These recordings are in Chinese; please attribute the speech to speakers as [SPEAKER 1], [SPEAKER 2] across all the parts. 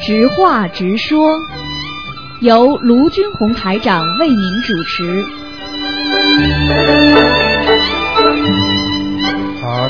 [SPEAKER 1] 直话直说，由卢军红台长为您主持。
[SPEAKER 2] 好，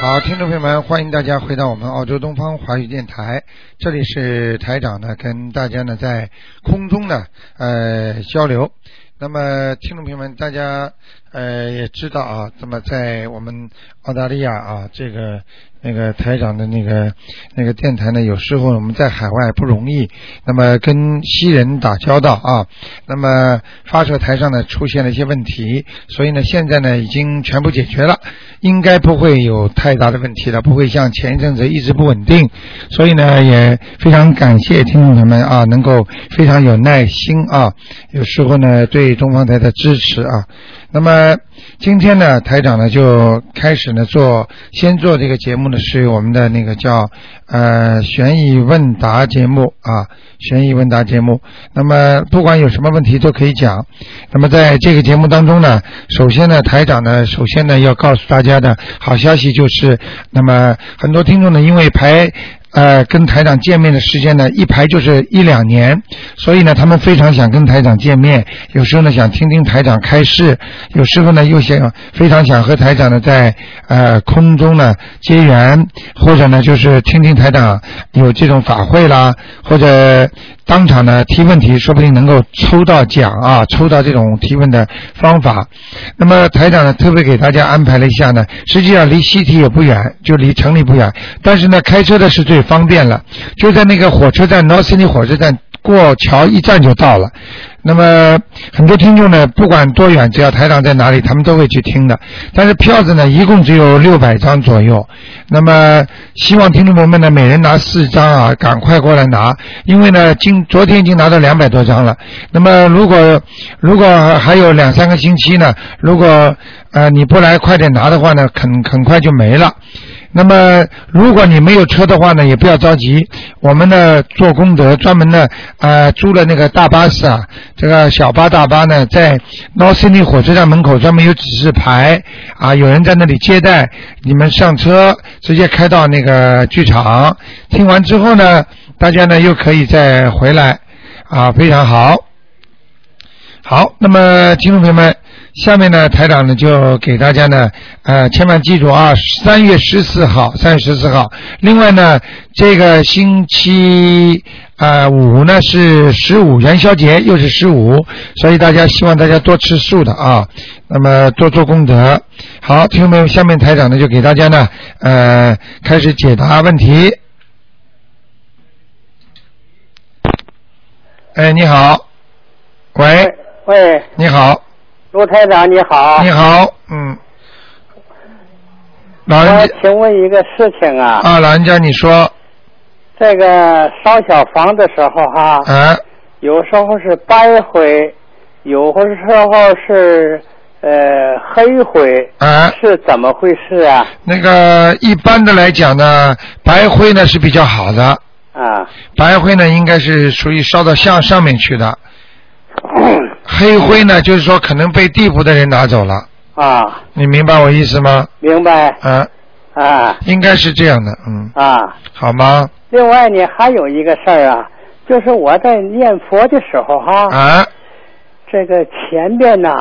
[SPEAKER 2] 好，听众朋友们，欢迎大家回到我们澳洲东方华语电台，这里是台长呢，跟大家呢在空中呢呃交流。那么，听众朋友们，大家呃也知道啊，那么在我们澳大利亚啊，这个那个台长的那个那个电台呢，有时候我们在海外不容易，那么跟西人打交道啊，那么发射台上呢出现了一些问题，所以呢，现在呢已经全部解决了，应该不会有太大的问题了，不会像前一阵子一直不稳定，所以呢也非常感谢听众朋友们啊，能够非常有耐心啊，有时候呢对东方台的支持啊，那么今天呢台长呢就开始呢做先做这个节目呢是我们的那个叫呃悬疑问答节目啊，悬疑问答节目，那么不管有什么问题都可以讲。那么在这个节目当中呢，首先呢，台长呢，首先呢要告诉大家的好消息就是，那么很多听众呢，因为排。呃，跟台长见面的时间呢，一排就是一两年，所以呢，他们非常想跟台长见面。有时候呢，想听听台长开示；有时候呢，又想非常想和台长呢在呃空中呢结缘，或者呢，就是听听台长有这种法会啦，或者当场呢提问题，说不定能够抽到奖啊，抽到这种提问的方法。那么台长呢，特别给大家安排了一下呢，实际上离西体也不远，就离城里不远，但是呢，开车的是最方便了，就在那个火车站 North Sydney 火车站过桥一站就到了。那么很多听众呢，不管多远，只要台长在哪里，他们都会去听的。但是票子呢，一共只有六百张左右。那么希望听众朋友们呢，每人拿四张啊，赶快过来拿，因为呢，今昨天已经拿到两百多张了。那么如果如果还有两三个星期呢，如果呃你不来快点拿的话呢，很很快就没了。那么，如果你没有车的话呢，也不要着急。我们呢做功德，专门呢呃租了那个大巴士啊，这个小巴大巴呢，在 North Sydney 火车站门口专门有指示牌啊，有人在那里接待你们上车，直接开到那个剧场。听完之后呢，大家呢又可以再回来啊，非常好。好，那么听众朋友们，下面呢，台长呢就给大家呢，呃，千万记住啊，三月十四号，三月十四号。另外呢，这个星期呃五呢是十五元宵节，又是十五，所以大家希望大家多吃素的啊，那么多做功德。好，听众朋友们，下面台长呢就给大家呢，呃，开始解答问题。哎，你好，喂，
[SPEAKER 3] 喂，
[SPEAKER 2] 你好。
[SPEAKER 3] 卢台长你好，
[SPEAKER 2] 你好，嗯，老人
[SPEAKER 3] 我
[SPEAKER 2] 家
[SPEAKER 3] 请问一个事情啊，
[SPEAKER 2] 啊，老人家，你说，
[SPEAKER 3] 这个烧小房的时候哈、
[SPEAKER 2] 啊，
[SPEAKER 3] 有时候是白灰，有的时候是呃黑灰，
[SPEAKER 2] 啊，
[SPEAKER 3] 是怎么回事啊？
[SPEAKER 2] 那个一般的来讲呢，白灰呢是比较好的，
[SPEAKER 3] 啊，
[SPEAKER 2] 白灰呢应该是属于烧到向上面去的，黑灰呢就是说可能被地府的人拿走了，
[SPEAKER 3] 啊，
[SPEAKER 2] 你明白我意思吗？
[SPEAKER 3] 明白
[SPEAKER 2] 啊，
[SPEAKER 3] 啊
[SPEAKER 2] 应该是这样的，嗯，
[SPEAKER 3] 啊。
[SPEAKER 2] 好吗？
[SPEAKER 3] 另外呢，还有一个事儿啊，就是我在念佛的时候哈、
[SPEAKER 2] 啊，
[SPEAKER 3] 这个前边呐、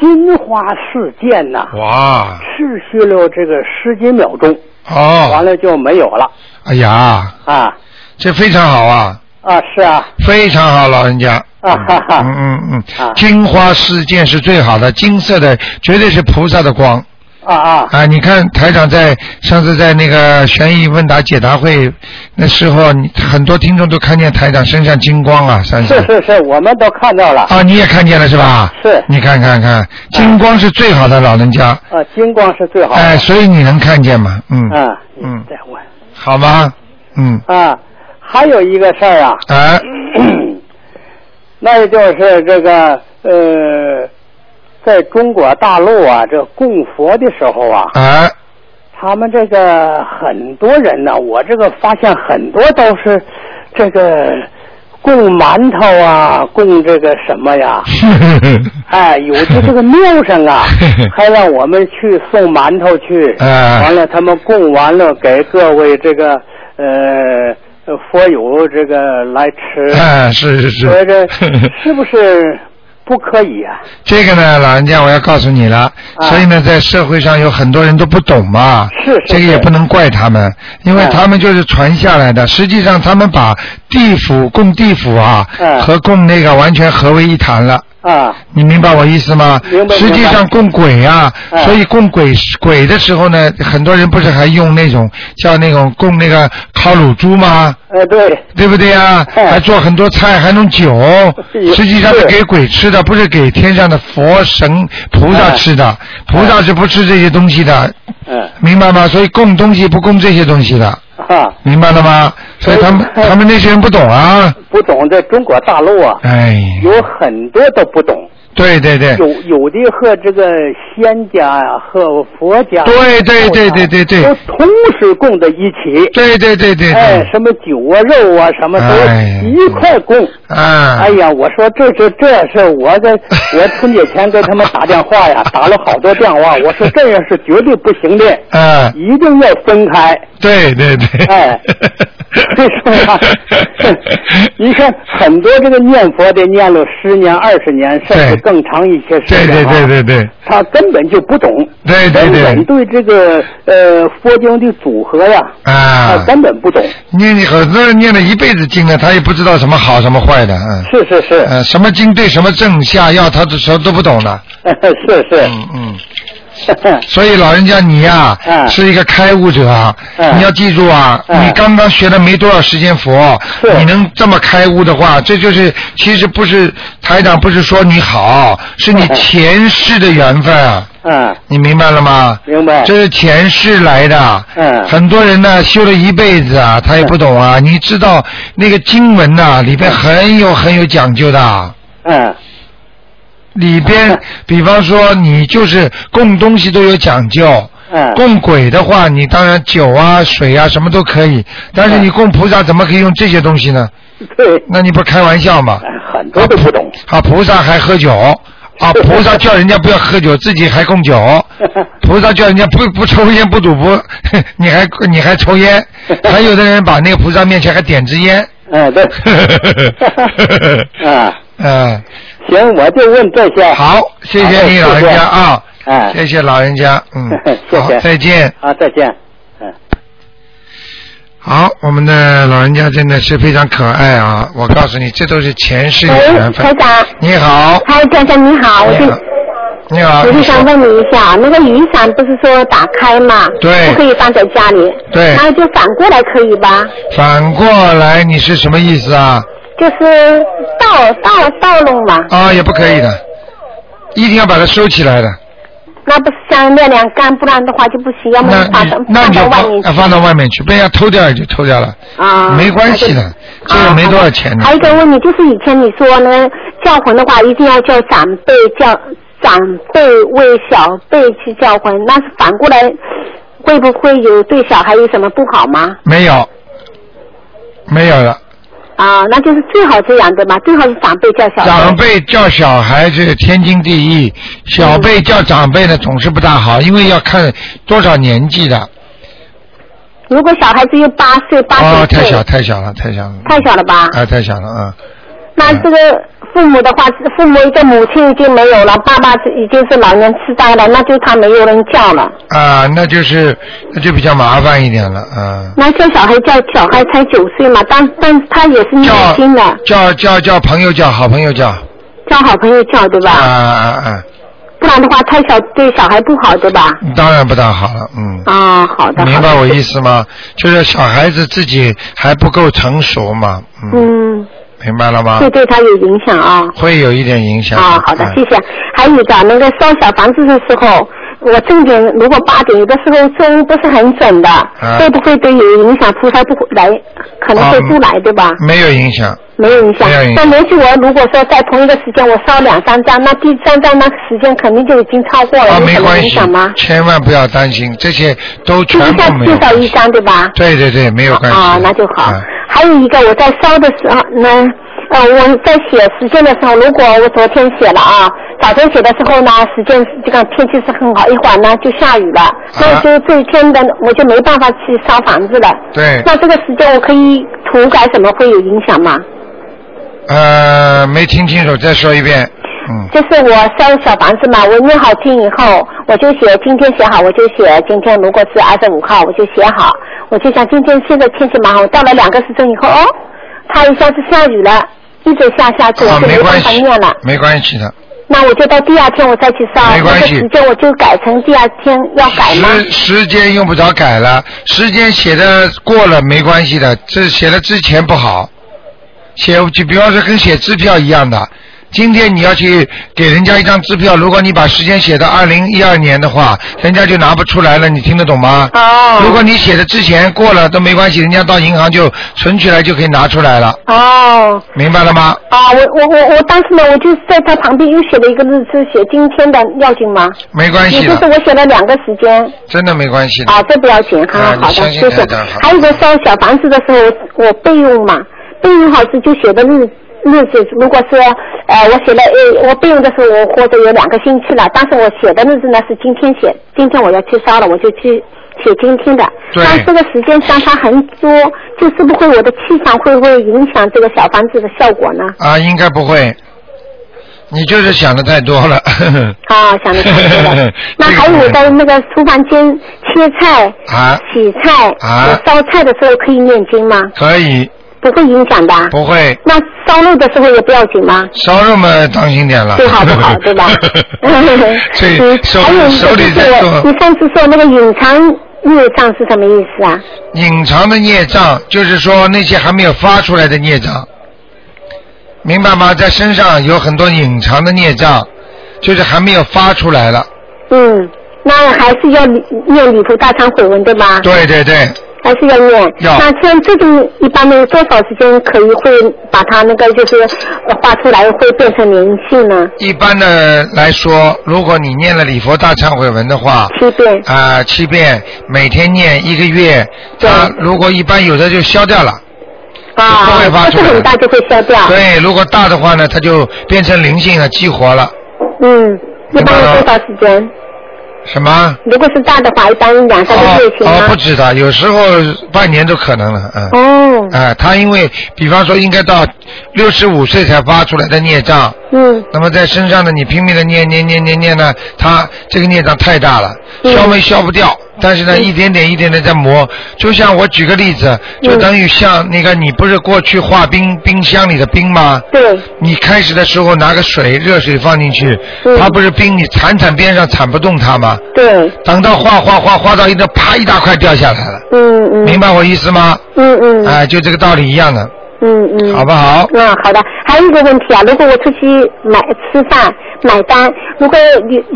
[SPEAKER 3] 金花四溅呐、
[SPEAKER 2] 哇，
[SPEAKER 3] 持续了这个十几秒钟，完
[SPEAKER 2] 哦，
[SPEAKER 3] 了就没有了
[SPEAKER 2] 哎呀，
[SPEAKER 3] 啊
[SPEAKER 2] 这非常好啊，
[SPEAKER 3] 啊是啊
[SPEAKER 2] 非常好，老人家。
[SPEAKER 3] 啊
[SPEAKER 2] 嗯
[SPEAKER 3] 哈哈
[SPEAKER 2] 嗯嗯
[SPEAKER 3] 啊，
[SPEAKER 2] 金花四溅是最好的，金色的绝对是菩萨的光
[SPEAKER 3] 啊啊
[SPEAKER 2] 啊！你看台长在上次在那个悬疑问答解答会那时候，你很多听众都看见台长身上金光啊，闪
[SPEAKER 3] 是嗯
[SPEAKER 2] 闪
[SPEAKER 3] 是是，我们都看到了
[SPEAKER 2] 啊，你也看见了是吧？
[SPEAKER 3] 是
[SPEAKER 2] 你看看看，金光是最好的老人家，
[SPEAKER 3] 啊，金光是最好的
[SPEAKER 2] 哎，所以你能看见嘛？嗯，
[SPEAKER 3] 嗯
[SPEAKER 2] 嗯
[SPEAKER 3] 再问
[SPEAKER 2] 好吗？嗯，
[SPEAKER 3] 啊，还有一个事儿啊，
[SPEAKER 2] 哎，
[SPEAKER 3] 那就是这个呃，在中国大陆啊，这供佛的时候啊，
[SPEAKER 2] 哎，，
[SPEAKER 3] 他们这个很多人呢，我这个发现很多都是这个供馒头啊，供这个什么呀？哎，有的这个庙上啊 还让我们去送馒头去，
[SPEAKER 2] 哎
[SPEAKER 3] 完了他们供完了给各位这个呃佛友这个来吃，
[SPEAKER 2] 哎，是是是。
[SPEAKER 3] 我 说这是不是不可以啊？
[SPEAKER 2] 这个呢，老人家我要告诉你了，
[SPEAKER 3] 啊
[SPEAKER 2] 所以呢，在社会上有很多人都不懂嘛，
[SPEAKER 3] 是是
[SPEAKER 2] 这个也不能怪他们，因为
[SPEAKER 3] 嗯
[SPEAKER 2] 他们就是传下来的。实际上，他们把地府供地府啊、
[SPEAKER 3] 嗯
[SPEAKER 2] 和供那个完全合为一谈了。
[SPEAKER 3] 啊，
[SPEAKER 2] 你明白我意思吗？
[SPEAKER 3] 明白
[SPEAKER 2] 实际上
[SPEAKER 3] 明白
[SPEAKER 2] 供鬼啊，
[SPEAKER 3] 嗯
[SPEAKER 2] 所以供鬼鬼的时候呢，很多人不是还用那种叫那种供那个烤乳猪吗？
[SPEAKER 3] 呃，对，
[SPEAKER 2] 对不对呀？
[SPEAKER 3] 嗯
[SPEAKER 2] 还做很多菜，还弄酒，
[SPEAKER 3] 是
[SPEAKER 2] 实际上是给鬼吃的，不是给天上的佛神菩萨吃
[SPEAKER 3] 哎
[SPEAKER 2] 的。菩萨是不吃这些东西的，
[SPEAKER 3] 嗯，
[SPEAKER 2] 明白吗？所以供东西不供这些东西的，
[SPEAKER 3] 啊，
[SPEAKER 2] 明白了吗？所以他们
[SPEAKER 3] 嗯
[SPEAKER 2] 他们那些人不懂啊，
[SPEAKER 3] 不懂这中国大陆啊，
[SPEAKER 2] 哎，
[SPEAKER 3] 有很多都不懂，
[SPEAKER 2] 对对对。
[SPEAKER 3] 有有的和这个仙家呀、和佛家呀，
[SPEAKER 2] 对对对对对对
[SPEAKER 3] 都同时供在一起，
[SPEAKER 2] 对对对对
[SPEAKER 3] 哎，
[SPEAKER 2] 对，
[SPEAKER 3] 什么酒啊、肉啊，什么
[SPEAKER 2] 哎呀
[SPEAKER 3] 都一块供。
[SPEAKER 2] 啊，
[SPEAKER 3] 哎呀，我说这这这是我 这我春节前给他们打电话呀，打了好多电话，我说这样是绝对不行的，
[SPEAKER 2] 啊，
[SPEAKER 3] 一定要分开。
[SPEAKER 2] 对对对，，
[SPEAKER 3] 哎 所以说啊你看很多这个念佛的念了十年、二十年，甚
[SPEAKER 2] 对
[SPEAKER 3] 至更长一些时
[SPEAKER 2] 对对
[SPEAKER 3] 间、啊、
[SPEAKER 2] 对对对，
[SPEAKER 3] 他根本就不懂，
[SPEAKER 2] 对对对
[SPEAKER 3] 根本对这个呃佛经的组合呀，
[SPEAKER 2] 啊
[SPEAKER 3] 他根本不懂。
[SPEAKER 2] 念你很多人念了一辈子经了，他也不知道什么好什么坏的，嗯。
[SPEAKER 3] 是是是，
[SPEAKER 2] 呃，什么经对什么症下药，他都什么都不懂的。
[SPEAKER 3] 是是。
[SPEAKER 2] 嗯嗯。 所以老人家你呀、
[SPEAKER 3] 嗯
[SPEAKER 2] 是一个开悟者啊，
[SPEAKER 3] 嗯
[SPEAKER 2] 你要记住啊，
[SPEAKER 3] 嗯
[SPEAKER 2] 你刚刚学了没多少时间佛，
[SPEAKER 3] 是
[SPEAKER 2] 你能这么开悟的话，这就是其实不是台长不是说你好，是你
[SPEAKER 3] 嗯
[SPEAKER 2] 前世的缘分啊，
[SPEAKER 3] 嗯，
[SPEAKER 2] 你明白了吗？
[SPEAKER 3] 明白。
[SPEAKER 2] 这是前世来的。
[SPEAKER 3] 啊嗯
[SPEAKER 2] 很多人呢修了一辈子啊，他也不懂啊。你知道那个经文呐、里边很有很有讲究的啊。
[SPEAKER 3] 嗯
[SPEAKER 2] 里边
[SPEAKER 3] 嗯，
[SPEAKER 2] 比方说你就是供东西都有讲究，
[SPEAKER 3] 嗯
[SPEAKER 2] 供鬼的话，你当然酒啊、水啊什么都可以，但是
[SPEAKER 3] 嗯
[SPEAKER 2] 你供菩萨怎么可以用这些东西呢？
[SPEAKER 3] 对，啊
[SPEAKER 2] 那你不开玩笑吗？
[SPEAKER 3] 很多都不懂。
[SPEAKER 2] 啊，菩萨还喝酒，啊，菩萨叫人家不要喝酒，自己还供酒，
[SPEAKER 3] 嗯
[SPEAKER 2] 菩萨叫人家不不抽烟不赌博， 你还你还抽 烟，还有的人把那个菩萨面前还点支烟，
[SPEAKER 3] 嗯，对。 啊，
[SPEAKER 2] 嗯，
[SPEAKER 3] 行，我就问这些。
[SPEAKER 2] 好，谢谢你
[SPEAKER 3] 好
[SPEAKER 2] 老
[SPEAKER 3] 的
[SPEAKER 2] 人家啊，
[SPEAKER 3] 哎，，
[SPEAKER 2] 谢谢老人家，嗯
[SPEAKER 3] 谢谢
[SPEAKER 2] 好，再见。
[SPEAKER 3] 啊，再见。嗯。
[SPEAKER 2] 好，我们的老人家真的是非常可爱啊！我告诉你，这都是前世的缘
[SPEAKER 4] 喂，哎台
[SPEAKER 2] 分。
[SPEAKER 4] 长，
[SPEAKER 2] 你好，
[SPEAKER 4] 嗨，先生你好，我
[SPEAKER 2] 你
[SPEAKER 4] 是
[SPEAKER 2] 好，你好，
[SPEAKER 4] 我
[SPEAKER 2] 啊你说
[SPEAKER 4] 是想问你一下，那个雨伞不是说打开嘛，
[SPEAKER 2] 对
[SPEAKER 4] 不可以放在家里，
[SPEAKER 2] 对
[SPEAKER 4] 那就反过来可以吧？
[SPEAKER 2] 反过来你是什么意思啊？
[SPEAKER 4] 就是倒倒倒弄嘛，
[SPEAKER 2] 啊，也不可以的，一定要把它收起来的。
[SPEAKER 4] 那不是像晾晾干，不然的话就不行，要么
[SPEAKER 2] 那
[SPEAKER 4] 就放
[SPEAKER 2] 你那
[SPEAKER 4] 到放
[SPEAKER 2] 你就
[SPEAKER 4] 到外面去
[SPEAKER 2] 放放到外面去，被人家偷掉也就偷掉了，
[SPEAKER 4] 啊，
[SPEAKER 2] 没关系
[SPEAKER 4] 那
[SPEAKER 2] 的这
[SPEAKER 4] 就。，
[SPEAKER 2] 个
[SPEAKER 4] 啊
[SPEAKER 2] 没多
[SPEAKER 4] 好
[SPEAKER 2] 少
[SPEAKER 4] 的
[SPEAKER 2] 钱的。
[SPEAKER 4] 还有一个问题，就是以前你说呢，叫魂的话一定要叫长辈叫长辈为小辈去叫魂，那是反过来会不会有对小孩有什么不好吗？
[SPEAKER 2] 没有，没有了。
[SPEAKER 4] 啊，那就是最好这样对吧？最好是长辈叫小孩。
[SPEAKER 2] 长辈叫小孩是天经地义，小辈叫长辈呢总是不大好，因为要看多少年纪的。
[SPEAKER 4] 如果小孩只有八岁、八
[SPEAKER 2] 哦，
[SPEAKER 4] 九
[SPEAKER 2] 太
[SPEAKER 4] 岁，
[SPEAKER 2] 小太小了，太小了。
[SPEAKER 4] 太小了吧？
[SPEAKER 2] 啊，太小了啊！
[SPEAKER 4] 那这个父母的话，父母一个母亲已经没有了，爸爸已经是老年痴呆了，那就他没有人叫了。
[SPEAKER 2] 啊，那就是那就比较麻烦一点了啊。
[SPEAKER 4] 那些小孩叫小孩才九岁嘛，但但他也是年
[SPEAKER 2] 叫
[SPEAKER 4] 轻的，
[SPEAKER 2] 叫叫叫朋友叫好朋友叫啊
[SPEAKER 4] 叫好朋友叫对吧？
[SPEAKER 2] 啊啊！
[SPEAKER 4] 不然的话太小对小孩不好对吧？
[SPEAKER 2] 啊当然不大好了，嗯。
[SPEAKER 4] 啊、好的。
[SPEAKER 2] 明
[SPEAKER 4] 好
[SPEAKER 2] 白
[SPEAKER 4] 的
[SPEAKER 2] 我意思吗？就是小孩子自己还不够成熟嘛，嗯，
[SPEAKER 4] 嗯，
[SPEAKER 2] 明白了吗
[SPEAKER 4] 这？对他有影响啊、
[SPEAKER 2] 会有一点影响。
[SPEAKER 4] 啊，好的
[SPEAKER 2] 啊嗯，
[SPEAKER 4] 谢谢。还有一个，那个烧小房子的时候，我正点如果八点，有的时候钟不是很准的，
[SPEAKER 2] 嗯
[SPEAKER 4] 会不会对有影响？菩萨不来，可能会
[SPEAKER 2] 啊
[SPEAKER 4] 不来，对吧？哦
[SPEAKER 2] 没有影响，
[SPEAKER 4] 没有影响
[SPEAKER 2] 没有影响。
[SPEAKER 4] 但也许我如果说在同一个时间我烧两三张，那第三张那个时间肯定就已经超过了，
[SPEAKER 2] 啊，
[SPEAKER 4] 有
[SPEAKER 2] 没
[SPEAKER 4] 什么
[SPEAKER 2] 关
[SPEAKER 4] 影
[SPEAKER 2] 系
[SPEAKER 4] 响吗，？
[SPEAKER 2] 千万不要担心，这些都
[SPEAKER 4] 就是
[SPEAKER 2] 全
[SPEAKER 4] 再
[SPEAKER 2] 部没有
[SPEAKER 4] 至少
[SPEAKER 2] 关
[SPEAKER 4] 一
[SPEAKER 2] 系。
[SPEAKER 4] 张，对吧？
[SPEAKER 2] 对对对，没有关系。
[SPEAKER 4] 哦
[SPEAKER 2] 嗯
[SPEAKER 4] 啊，那就好
[SPEAKER 2] 啊。
[SPEAKER 4] 还有一个，我在烧的时候呢，呃，我在写时间的时候，如果我昨天写了啊，早晨写的时候呢，时间是这个天气是很好，一会儿呢就下雨
[SPEAKER 2] 啊
[SPEAKER 4] 了，所以就这一天的我就没办法去烧房子了。
[SPEAKER 2] 对，
[SPEAKER 4] 那这个时间我可以涂改什么会有影响吗？
[SPEAKER 2] 呃，没听清楚，再说一遍。嗯，
[SPEAKER 4] 就是我烧小房子嘛，我念好经以后，我就写今天写好，我就写今天如果是二十五号，我就写好，我就想今天现在天气蛮好，到了两个时辰以后，哦，它一下子下雨了，一直下下去，我
[SPEAKER 2] 啊，
[SPEAKER 4] 就
[SPEAKER 2] 没
[SPEAKER 4] 办
[SPEAKER 2] 关
[SPEAKER 4] 法
[SPEAKER 2] 系
[SPEAKER 4] 念了。，
[SPEAKER 2] 没关系的。
[SPEAKER 4] 那我就到第二天我再去烧，
[SPEAKER 2] 没
[SPEAKER 4] 那
[SPEAKER 2] 关
[SPEAKER 4] 个
[SPEAKER 2] 系
[SPEAKER 4] 时间我就改成第二天要改吗？
[SPEAKER 2] 时时间用不着改了，时间写的过了没关系的，这写的之前不好，写就比方说跟写支票一样的。今天你要去给人家一张支票，如果你把时间写到二零一二年的话，人家就拿不出来了，你听得懂吗？
[SPEAKER 4] 哦
[SPEAKER 2] 如果你写的之前过了都没关系，人家到银行就存起来就可以拿出来了，
[SPEAKER 4] 哦。
[SPEAKER 2] 明白了吗？
[SPEAKER 4] 啊，我我我我当时呢，我就在他旁边又写了一个日志，写今天的要紧吗？
[SPEAKER 2] 没关
[SPEAKER 4] 也
[SPEAKER 2] 系
[SPEAKER 4] 就是
[SPEAKER 2] 的，
[SPEAKER 4] 我写了两个时间
[SPEAKER 2] 真的没关系的。
[SPEAKER 4] 啊，这不要紧
[SPEAKER 2] 啊
[SPEAKER 4] 哈，
[SPEAKER 2] 你
[SPEAKER 4] 好
[SPEAKER 2] 相
[SPEAKER 4] 的，
[SPEAKER 2] 信
[SPEAKER 4] 谢
[SPEAKER 2] 台
[SPEAKER 4] 谢
[SPEAKER 2] 长好。
[SPEAKER 4] 还有一个烧小房子的时候，我备用嘛，备用好是就写的日日子，如果是呃我写了呃我备用的时候，我或者有两个星期了，但是我写的日子呢是今天写，今天我要去烧了，我就去。写今天的，
[SPEAKER 2] 对
[SPEAKER 4] 但这个时间相差很多，就是不会我的气场会不会影响这个小房子的效果呢？
[SPEAKER 2] 啊，应该不会。你就是想的太多了。。
[SPEAKER 4] 啊，想的太多了 那还有在那个厨房间切菜、
[SPEAKER 2] 啊，
[SPEAKER 4] 洗菜、
[SPEAKER 2] 啊
[SPEAKER 4] 我烧菜的时候可以念经吗？
[SPEAKER 2] 可以，
[SPEAKER 4] 不会影响的啊。
[SPEAKER 2] 不会。
[SPEAKER 4] 那烧肉的时候也不要紧吗？
[SPEAKER 2] 烧肉嘛，当心点了。？
[SPEAKER 4] 最好不好，对吧
[SPEAKER 2] 这
[SPEAKER 4] 嗯
[SPEAKER 2] 啊手
[SPEAKER 4] 还有一
[SPEAKER 2] 手
[SPEAKER 4] 个就
[SPEAKER 2] 里
[SPEAKER 4] 是嗯
[SPEAKER 2] 在
[SPEAKER 4] 我，
[SPEAKER 2] 做
[SPEAKER 4] 你上次说那个隐藏业障是什么意思啊？
[SPEAKER 2] 隐藏的孽障，就是说那些还没有发出来的孽障，明白吗？在身上有很多隐藏的孽障，就是还没有发出来了。
[SPEAKER 4] 嗯，那还是要礼念礼佛大忏悔文，对吧？
[SPEAKER 2] 对对对，
[SPEAKER 4] 还是要念。
[SPEAKER 2] 要
[SPEAKER 4] 那像这种一般的多少时间可以会把它那个就是呃画出来会变成灵性呢？
[SPEAKER 2] 一般的来说，如果你念了礼佛大忏悔文的话，
[SPEAKER 4] 七遍。
[SPEAKER 2] 啊、七遍，每天念一个月，
[SPEAKER 4] 对
[SPEAKER 2] 它如果一般有的就消掉了，就不会发
[SPEAKER 4] 啊，
[SPEAKER 2] 出
[SPEAKER 4] 不是
[SPEAKER 2] 来
[SPEAKER 4] 很大就会消掉。
[SPEAKER 2] 对，如果大的话呢，它就变成灵性了，激活了。
[SPEAKER 4] 嗯，一般有多少时间？
[SPEAKER 2] 什么？
[SPEAKER 4] 如果是大的话，一般两三个
[SPEAKER 2] 哦
[SPEAKER 4] 月行
[SPEAKER 2] 哦，不
[SPEAKER 4] 吗？
[SPEAKER 2] 止的，有时候半年都可能了，嗯。
[SPEAKER 4] 哦，
[SPEAKER 2] 啊、他因为，比方说应该到六十五岁才发出来的孽障，
[SPEAKER 4] 嗯，
[SPEAKER 2] 那么在身上呢，你拼命的念念念念念呢，他这个孽障太大了，
[SPEAKER 4] 嗯
[SPEAKER 2] 消没消不掉，但是呢，一点点一点点在磨。就像我举个例子，就
[SPEAKER 4] 嗯
[SPEAKER 2] 等于像那个你不是过去化冰冰箱里的冰吗？
[SPEAKER 4] 对，
[SPEAKER 2] 你开始的时候拿个水热水放进去，
[SPEAKER 4] 嗯
[SPEAKER 2] 它不是冰，你铲铲边上铲不动它吗？
[SPEAKER 4] 对，
[SPEAKER 2] 等到化化化化到一个啪一大块掉下来了，
[SPEAKER 4] 嗯嗯，
[SPEAKER 2] 明白我意思吗？
[SPEAKER 4] 嗯嗯，
[SPEAKER 2] 哎，就这个道理一样的，
[SPEAKER 4] 嗯嗯，
[SPEAKER 2] 好不好？
[SPEAKER 4] 嗯，好的。还有一个问题啊，如果我出去买吃饭买单，如果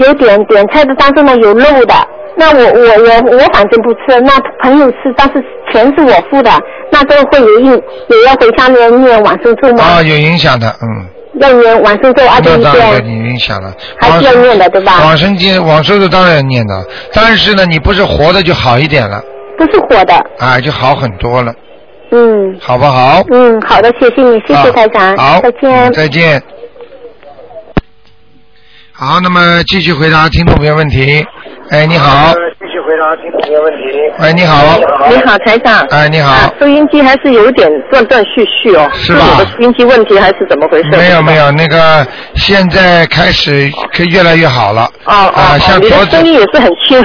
[SPEAKER 4] 有有点点菜的当中呢有肉的，那我我我我反正不吃，那朋友吃，但是钱是我付的，那这个会有应也要回家里念往生咒吗？
[SPEAKER 2] 啊，有影响的，嗯，
[SPEAKER 4] 要念往生咒二十
[SPEAKER 2] 那
[SPEAKER 4] 一
[SPEAKER 2] 当然有
[SPEAKER 4] 遍，
[SPEAKER 2] 影响了。
[SPEAKER 4] 还是要念的对吧
[SPEAKER 2] 往生经、往生咒当然要念的，但是呢，你不是活的就好一点了，
[SPEAKER 4] 不是火的。
[SPEAKER 2] 啊，就好很多了，
[SPEAKER 4] 嗯
[SPEAKER 2] 好不好？
[SPEAKER 4] 嗯，好的，谢谢你，谢谢
[SPEAKER 2] 啊
[SPEAKER 4] 台长，
[SPEAKER 2] 好，
[SPEAKER 4] 再见
[SPEAKER 2] 嗯。再见。好，那么继续回答听众朋友问题。哎，你好，
[SPEAKER 3] 继续回答听众朋友问题。
[SPEAKER 2] 喂，你好，
[SPEAKER 5] 你好，台长。
[SPEAKER 2] 哎，你好
[SPEAKER 5] 啊，，收音机还是有点断断续续哦，
[SPEAKER 2] 是吧
[SPEAKER 5] 我的收音机问题还是怎么回事？
[SPEAKER 2] 没有没。有，那个现在开始可以越来越好了，
[SPEAKER 5] 哦哦
[SPEAKER 2] 啊，
[SPEAKER 5] 哦，
[SPEAKER 2] 像
[SPEAKER 5] 你
[SPEAKER 2] 昨
[SPEAKER 5] 的声音
[SPEAKER 2] 天
[SPEAKER 5] 也是很轻。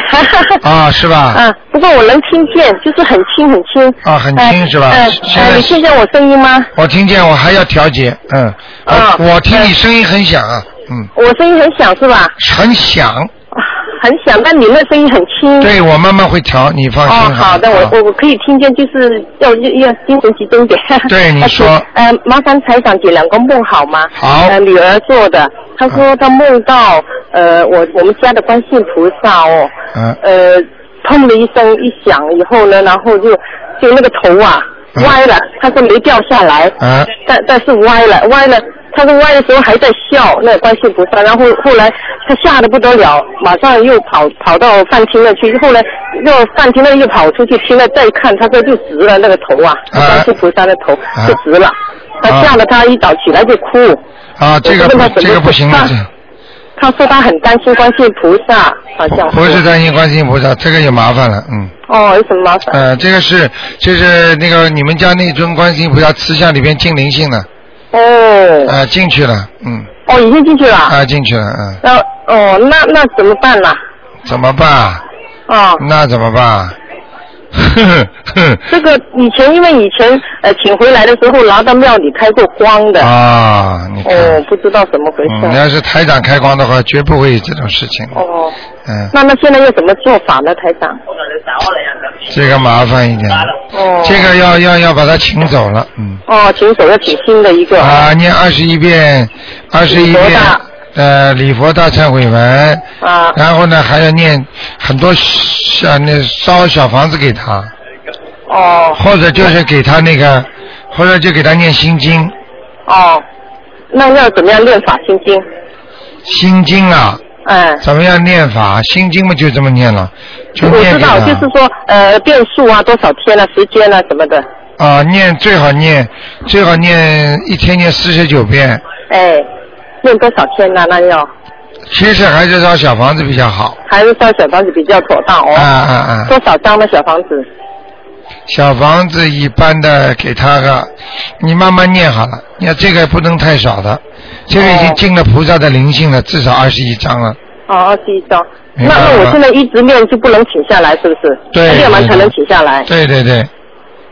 [SPEAKER 2] 啊，是
[SPEAKER 4] 嗯
[SPEAKER 2] 吧？
[SPEAKER 5] 啊，不过我能听见，就是很轻很轻。
[SPEAKER 2] 啊很轻
[SPEAKER 5] 呃
[SPEAKER 2] 是吧
[SPEAKER 5] 呃
[SPEAKER 2] 现在
[SPEAKER 5] 呃，你听见我声音吗？
[SPEAKER 2] 我听见，我还要调节，嗯，
[SPEAKER 5] 啊
[SPEAKER 2] 我我听你声音很响啊，嗯，
[SPEAKER 5] 我声音很响是吧？
[SPEAKER 2] 很响，
[SPEAKER 5] 啊很响，但你那声音很轻。。
[SPEAKER 4] 嗯
[SPEAKER 2] 对我慢慢会调，你放心
[SPEAKER 5] 哦，
[SPEAKER 2] 了
[SPEAKER 5] 好的，
[SPEAKER 2] 啊
[SPEAKER 5] 我我我可以听见，就是要要要精神集中点。
[SPEAKER 2] 对你说
[SPEAKER 5] 呃，麻烦台长解两个梦好吗？
[SPEAKER 2] 好嗯
[SPEAKER 5] 呃，女儿做的，她说她梦到呃，我我们家的观世音菩萨哦，
[SPEAKER 2] 嗯
[SPEAKER 5] 呃，砰的一声一响以后呢，然后就就那个头啊
[SPEAKER 2] 嗯
[SPEAKER 5] 歪了，她说没掉下来，
[SPEAKER 2] 嗯
[SPEAKER 5] 但但是歪了歪了。她说歪的时候还在笑，那个观世音菩萨，然后后来她吓得不得了，马上又跑跑到饭厅那去，后来又饭厅那又跑出去，听了再看，她说就直了那个头啊，
[SPEAKER 2] 啊
[SPEAKER 5] 观世音菩萨的头
[SPEAKER 2] 啊
[SPEAKER 5] 就直了。
[SPEAKER 4] 他吓得他一早起来就哭。
[SPEAKER 2] 啊，这个
[SPEAKER 4] 我就问
[SPEAKER 2] 不
[SPEAKER 4] 他
[SPEAKER 2] 这个不行了，
[SPEAKER 4] 怎么他说他很担心观世音菩萨，好
[SPEAKER 2] 这
[SPEAKER 4] 像
[SPEAKER 2] 不是担心观世音菩萨，这个有麻烦了，嗯。
[SPEAKER 4] 哦，有什么麻烦？
[SPEAKER 2] 呃，这个是就是那个你们家那尊观世音菩萨瓷像里边进灵性了，
[SPEAKER 4] 哦，
[SPEAKER 2] 啊、进去了，嗯，
[SPEAKER 4] 哦，已经进去了。
[SPEAKER 2] 啊、进去了，嗯，
[SPEAKER 4] 那哦，那那怎么办啦？
[SPEAKER 2] 怎么办？
[SPEAKER 5] 哦
[SPEAKER 4] 啊，
[SPEAKER 2] 那怎么办？ 呵呵呵。
[SPEAKER 4] 这个以前因为以前呃请回来的时候拿到庙里开过光的，
[SPEAKER 2] 啊，你看，
[SPEAKER 4] 哦，不知道怎么回
[SPEAKER 2] 嗯，你
[SPEAKER 4] 事。
[SPEAKER 2] 要是台长开光的话，绝不会有这种事情。
[SPEAKER 4] 哦，
[SPEAKER 2] 嗯，
[SPEAKER 4] 那那现在要怎么做法呢，台长？
[SPEAKER 2] 这个麻烦一点，
[SPEAKER 4] 哦，
[SPEAKER 2] 这个要要要把他请走了。嗯，
[SPEAKER 4] 哦，请走要请新的一个。
[SPEAKER 2] 啊，念二十一遍，二十一
[SPEAKER 4] 礼佛
[SPEAKER 2] 遍
[SPEAKER 4] 大，
[SPEAKER 2] 呃，礼佛大忏悔文，
[SPEAKER 4] 啊
[SPEAKER 2] 然后呢还要念很多小啊那烧小房子给他，
[SPEAKER 4] 哦
[SPEAKER 2] 或者就是给他那个，或者就给他念心经，
[SPEAKER 4] 哦，那要怎么样练法心经？
[SPEAKER 2] 心经啊，
[SPEAKER 4] 嗯，
[SPEAKER 2] 怎么样念法？心经嘛就这么念了，就
[SPEAKER 4] 我
[SPEAKER 2] 念
[SPEAKER 4] 知
[SPEAKER 2] 给
[SPEAKER 4] 道
[SPEAKER 2] 他，
[SPEAKER 4] 就是说呃变数啊，多少天啊，时间啊什么的。
[SPEAKER 2] 啊，念最好念最好念一天念四十九遍，
[SPEAKER 4] 哎，练多少天呢、啊那要
[SPEAKER 2] 其实还是烧小房子比较好。
[SPEAKER 4] 还是烧小房子比较妥当哦。
[SPEAKER 2] 啊啊啊！
[SPEAKER 4] 多少张的小房子？
[SPEAKER 2] 小房子一般的给他个，你慢慢念好了，你看这个不能太少的，这个已经
[SPEAKER 4] 哦
[SPEAKER 2] 进了菩萨的灵性了，至少二十一章了。
[SPEAKER 4] 哦，二十一张。
[SPEAKER 2] 明
[SPEAKER 4] 那
[SPEAKER 2] 白了
[SPEAKER 4] 那我现在一直练就不能请下来，是不是？
[SPEAKER 2] 对
[SPEAKER 4] 练完才能请下来。
[SPEAKER 2] 对对对，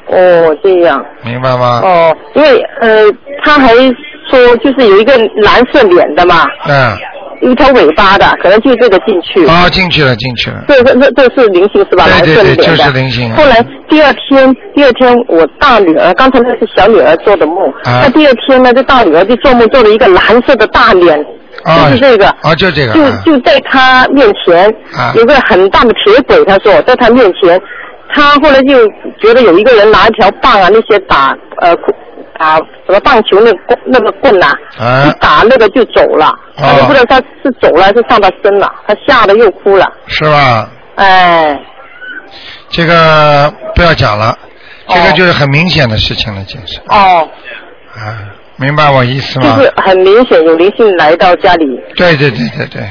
[SPEAKER 4] 哦，这样。
[SPEAKER 2] 明白吗？
[SPEAKER 4] 哦，因为呃，他还说就是有一个蓝色脸的嘛，
[SPEAKER 2] 嗯，
[SPEAKER 4] 有一条尾巴的，可能就这个进去。
[SPEAKER 2] 啊，进去了，进去了。
[SPEAKER 4] 这这这这是灵性是吧？蓝
[SPEAKER 2] 对
[SPEAKER 4] 色
[SPEAKER 2] 对
[SPEAKER 4] 脸
[SPEAKER 2] 对，
[SPEAKER 4] 的。
[SPEAKER 2] 就是嗯灵性。
[SPEAKER 4] 后来第二天，第二天我大女儿，刚才那是小女儿做的梦，
[SPEAKER 2] 啊
[SPEAKER 4] 那第二天呢，这大女儿就做梦做了一个蓝色的大脸，
[SPEAKER 2] 啊
[SPEAKER 4] 就是这个，
[SPEAKER 2] 啊，就这个。
[SPEAKER 4] 就
[SPEAKER 2] 啊
[SPEAKER 4] 就在她面前、
[SPEAKER 2] 啊
[SPEAKER 4] 有个很大的铁轨，她说在她面前，她后来就觉得有一个人拿一条棒啊，那些打呃打什么棒球那棍那个棍呐、
[SPEAKER 2] 啊哦
[SPEAKER 4] 一打那个就走了，她就不知道她是走了还是上到身了，她吓得又哭了，
[SPEAKER 2] 是吧？
[SPEAKER 4] 哎。
[SPEAKER 2] 这个不要讲了，这个
[SPEAKER 4] 哦
[SPEAKER 2] 就是很明显的事情了，简直。
[SPEAKER 4] 哦，
[SPEAKER 2] 啊，明白我意思
[SPEAKER 4] 就
[SPEAKER 2] 吗？
[SPEAKER 4] 是很明显有灵性来到家里。
[SPEAKER 2] 对对对对对，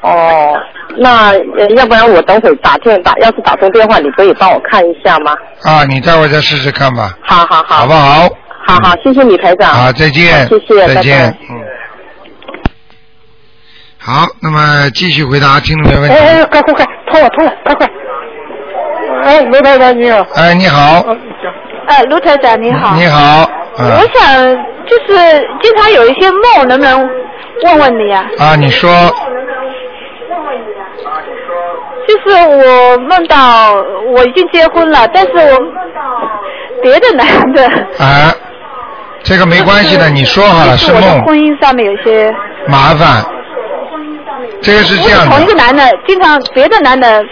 [SPEAKER 4] 哦，那呃要不然我等会儿打电打，要是打通电话，你可以帮我看一下吗？
[SPEAKER 2] 啊，你待会儿再试试看吧，
[SPEAKER 4] 好好好，
[SPEAKER 2] 好不，好？
[SPEAKER 4] 好好，谢谢你台长。
[SPEAKER 2] 好，再见，
[SPEAKER 4] 好谢谢，
[SPEAKER 2] 再见
[SPEAKER 4] 拜拜，
[SPEAKER 2] 嗯。好，那么继续回答听众朋友问题。
[SPEAKER 6] 哎哎，快快快，通了通了，快快！哎，卢台长你好。
[SPEAKER 2] 哎，你好，
[SPEAKER 4] 哦
[SPEAKER 7] 呃，卢台长你好，
[SPEAKER 2] 你好，嗯
[SPEAKER 7] 我想就是经常有一些梦，能不能问问你呀、
[SPEAKER 2] 啊，你说，
[SPEAKER 7] 就是我梦到哦我已经结婚了，但是我别的男的，
[SPEAKER 2] 啊，这 个没关系的，
[SPEAKER 7] 就是
[SPEAKER 2] 你说好了
[SPEAKER 7] 就是是我的婚
[SPEAKER 2] 梦，
[SPEAKER 7] 姻上面有些，
[SPEAKER 2] 麻烦。这个是
[SPEAKER 7] 我
[SPEAKER 2] 这
[SPEAKER 7] 是
[SPEAKER 2] 样
[SPEAKER 7] 同一个
[SPEAKER 2] 的，
[SPEAKER 7] 男的，经常别的男的，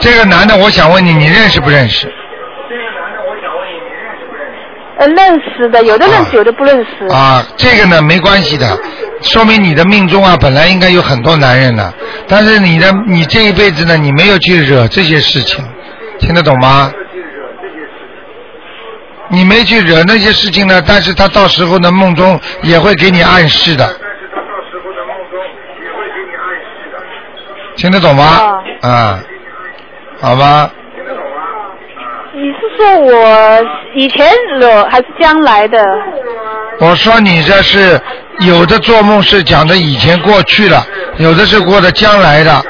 [SPEAKER 2] 这个男的，我想问你，你认识不认识？
[SPEAKER 7] 呃，认识的，有的认
[SPEAKER 2] 啊
[SPEAKER 7] 识，有的不认识。
[SPEAKER 2] 啊，这个呢没关系的，说明你的命中啊本来应该有很多男人的，但是你的你这一辈子呢，你没有去惹这些事情，听得懂吗？你没去惹那些事情呢，但是他到时候呢梦中也会给你暗示的。听得懂吗？啊，好吧，
[SPEAKER 7] 你是说我以前惹还是将来的？
[SPEAKER 2] 我说你这是有的做梦是讲的以前过去了，有的是过的将来的。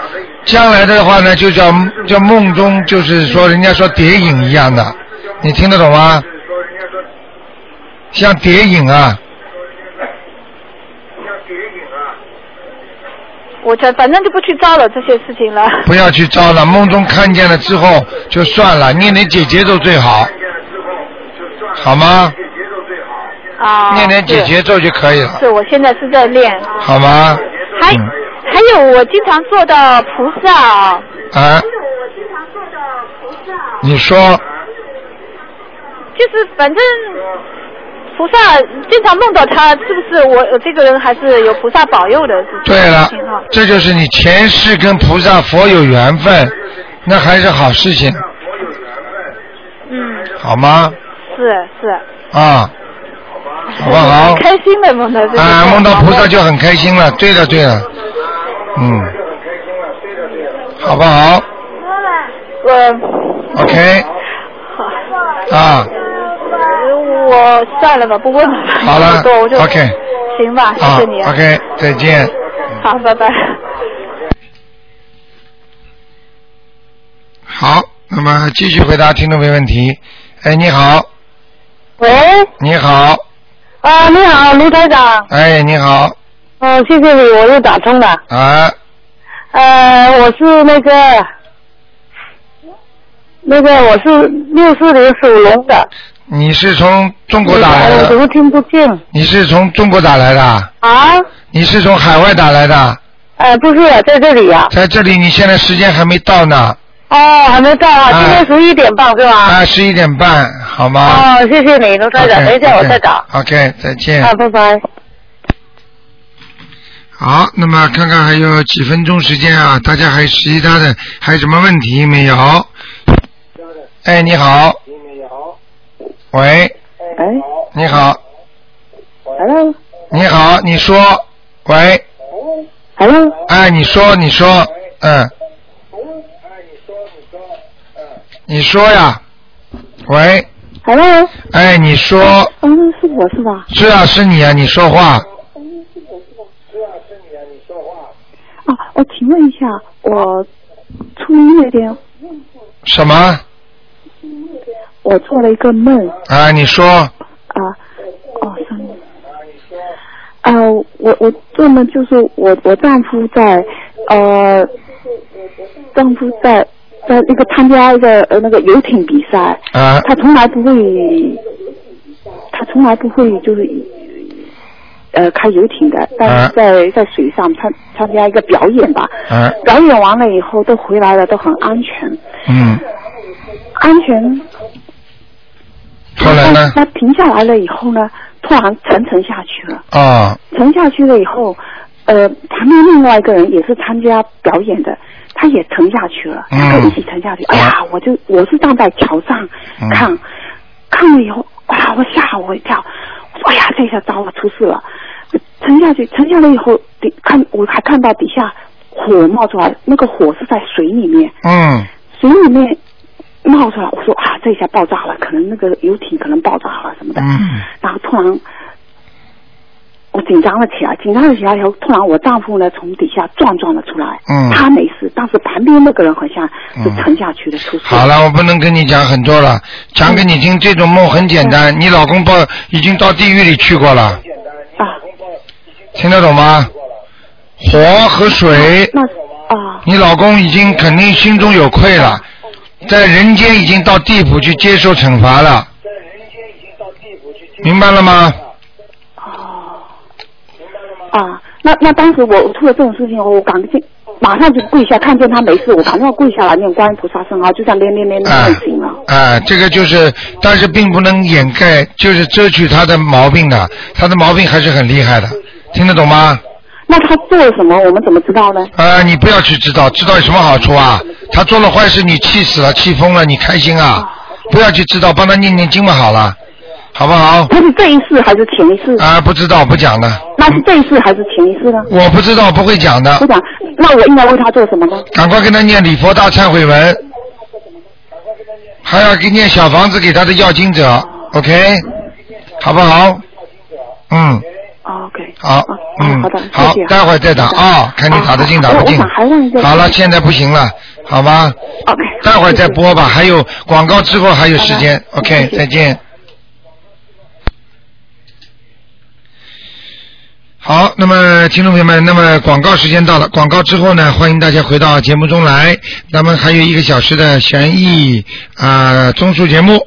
[SPEAKER 2] 将来的话呢，就叫叫梦中，就是说人家说谍影一样的，你听得懂吗？像谍影啊，
[SPEAKER 7] 我才反正就不去招惹这些事情了。
[SPEAKER 2] 不要去招了。梦中看见了之后就算了，念点姐姐咒最好，好吗？
[SPEAKER 7] 啊，
[SPEAKER 2] 念点姐啊
[SPEAKER 7] 是
[SPEAKER 2] 姐咒就可以了
[SPEAKER 7] 是，，我现在是在练，
[SPEAKER 2] 好吗？
[SPEAKER 7] 还、
[SPEAKER 2] 嗯
[SPEAKER 7] 还有我经常做到菩萨啊，
[SPEAKER 2] 啊，你说
[SPEAKER 7] 就是反正菩萨经常梦到他，是不是我我这个人还是有菩萨保佑的？是
[SPEAKER 2] 对了
[SPEAKER 7] 情况，
[SPEAKER 2] 这就是你前世跟菩萨佛有缘分，那还是好事情，
[SPEAKER 7] 嗯，
[SPEAKER 2] 好吗？
[SPEAKER 7] 是是。
[SPEAKER 2] 啊，好不好？
[SPEAKER 7] 开心的梦到这个
[SPEAKER 2] 啊，梦到菩萨
[SPEAKER 7] 好
[SPEAKER 2] 就很开心了。对了对了，嗯，好不好
[SPEAKER 7] 我
[SPEAKER 2] ？OK
[SPEAKER 7] 好，
[SPEAKER 2] 啊，
[SPEAKER 7] 我算了吧，不问了。
[SPEAKER 2] 好了
[SPEAKER 7] 多我就
[SPEAKER 2] OK
[SPEAKER 7] 行吧，谢
[SPEAKER 2] 啊
[SPEAKER 7] 谢你。
[SPEAKER 2] ，OK，再见。
[SPEAKER 7] 好，拜拜。
[SPEAKER 2] 好，那么继续回答听众朋友问题。哎，你好，
[SPEAKER 8] 喂，
[SPEAKER 2] 你好，
[SPEAKER 8] 啊，你好，卢台长，
[SPEAKER 2] 哎，你好，
[SPEAKER 8] 嗯、谢谢你，我又打通了。
[SPEAKER 2] 啊，
[SPEAKER 8] 呃，我是那个，那个我是六四零属龙的，
[SPEAKER 2] 你是从中国打来
[SPEAKER 8] 哎我
[SPEAKER 2] 的？
[SPEAKER 8] 怎么听不见
[SPEAKER 2] 你是从中国打来的？
[SPEAKER 8] 啊？
[SPEAKER 2] 你是从海外打来的？
[SPEAKER 8] 呃，不是，在这里啊呀、
[SPEAKER 2] 在这里，你现在时间还没到呢，
[SPEAKER 8] 哦，还没到啊，
[SPEAKER 2] 哎
[SPEAKER 8] 今天十一点半是吧？
[SPEAKER 2] 啊，十一点半，好吗？
[SPEAKER 8] 哦，谢谢你，卢台长，
[SPEAKER 2] 啊 OK，
[SPEAKER 8] 等一下我
[SPEAKER 2] OK，嗯
[SPEAKER 8] 再打。
[SPEAKER 2] OK，再见。
[SPEAKER 8] 啊，拜拜。
[SPEAKER 2] 好，那么看看还有几分钟时间啊，大家还有其他的还有什么问题没有？哎，你好。喂，
[SPEAKER 8] 哎
[SPEAKER 2] 你好，
[SPEAKER 8] ，Hello，Hello，
[SPEAKER 2] 你好，你说，喂，哎，你说，你嗯说，嗯，你说呀，喂，
[SPEAKER 8] Hello，
[SPEAKER 2] 哎，你说，
[SPEAKER 8] 嗯，是我是吧？
[SPEAKER 2] 是啊，是你啊，你说话，
[SPEAKER 8] 啊，我请问一下，我初一那天
[SPEAKER 2] 什么？
[SPEAKER 8] 我做了一个梦
[SPEAKER 2] 啊，你说，
[SPEAKER 8] 啊，哦，上面啊，我我做梦就是我我丈夫在呃，丈夫在在那个参加一个呃那个游艇比赛，
[SPEAKER 2] 啊，
[SPEAKER 8] 他从来不会，他从来不会就是呃开游艇的，但
[SPEAKER 2] 啊
[SPEAKER 8] 是在在水上参参加一个表演吧，
[SPEAKER 2] 啊，
[SPEAKER 8] 表演完了以后都回来了，都很安全，
[SPEAKER 2] 嗯，
[SPEAKER 8] 安全
[SPEAKER 2] 后来呢？
[SPEAKER 8] 那停下来了以后呢，突然沉沉下去了，
[SPEAKER 2] 啊，
[SPEAKER 8] 沉下去了以后，呃，旁边另外一个人也是参加表演的，他也沉下去了，
[SPEAKER 2] 嗯
[SPEAKER 8] 两个一起沉下去。哎呀，我就我是站在桥上
[SPEAKER 2] 嗯
[SPEAKER 8] 看，看了以后，哇，我吓我一跳，我说哎呀，这下糟了，出事了。沉下去，沉下来以后，底看我还看到底下火冒出来，那个火是在水里面，
[SPEAKER 2] 嗯，
[SPEAKER 8] 水里面冒出来，我说啊，这下爆炸了，可能那个游艇可能爆炸了什么的。
[SPEAKER 2] 嗯，
[SPEAKER 8] 然后突然我紧张了起来，紧张了起来以后，突然我丈夫呢从底下撞撞了出来，
[SPEAKER 2] 嗯
[SPEAKER 8] 他没事，但是旁边那个人好像是
[SPEAKER 2] 嗯
[SPEAKER 8] 沉下去的，出事。
[SPEAKER 2] 好，了，我不能跟你讲很多了，讲给你听，这种梦很简单，你老公到已经到地狱里去过了，
[SPEAKER 8] 啊，
[SPEAKER 2] 听得懂吗？火和水，
[SPEAKER 8] 那啊
[SPEAKER 2] 你老公已经肯定心中有愧了，在人间已经到地府去接受惩罚了。明白了吗？
[SPEAKER 8] 哦啊，那那当时我出了这种事情以后，我赶紧马上就跪下，看见他没事，我赶快跪下来念观音菩萨圣号，就这样念念念念
[SPEAKER 2] 啊
[SPEAKER 8] 念行了。
[SPEAKER 2] 啊，这个就是，但是并不能掩盖，就是遮去他的毛病的，他的毛病还是很厉害的，听得懂吗？
[SPEAKER 8] 那他做了什么？我们怎么知道呢？
[SPEAKER 2] 啊，你不要去知道，知道有什么好处啊？他做了坏事，你气死了，气疯了，你开心啊？不要去知道，帮他念念经嘛，好了，好不好？
[SPEAKER 8] 他是这一世还是前一世？
[SPEAKER 2] 啊，不知道不讲的，
[SPEAKER 8] 那是这一世还是前一世呢？
[SPEAKER 2] 我不知道不会讲的
[SPEAKER 8] 部，长，那我应该为他做什么呢？
[SPEAKER 2] 赶快跟他念礼佛大忏悔文，还要给念小房子给他的要经者，OK，好不好？嗯，
[SPEAKER 8] 哦，OK，
[SPEAKER 2] 好
[SPEAKER 8] 哦，
[SPEAKER 2] 嗯
[SPEAKER 8] 好的，，
[SPEAKER 2] 好
[SPEAKER 8] 谢谢，
[SPEAKER 2] 待会儿再打啊，看你打得进打不进
[SPEAKER 8] 我我想还让一个。
[SPEAKER 2] 好了，现在不行了，好吗？
[SPEAKER 8] ，OK，
[SPEAKER 2] 待会儿再播吧，还有广告之后还有时间。
[SPEAKER 8] 好的
[SPEAKER 2] OK，
[SPEAKER 8] 谢谢
[SPEAKER 2] 再见。好，那么听众朋友们，那么广告时间到了，广告之后呢，欢迎大家回到节目中来。咱们还有一个小时的悬疑啊、综述节目。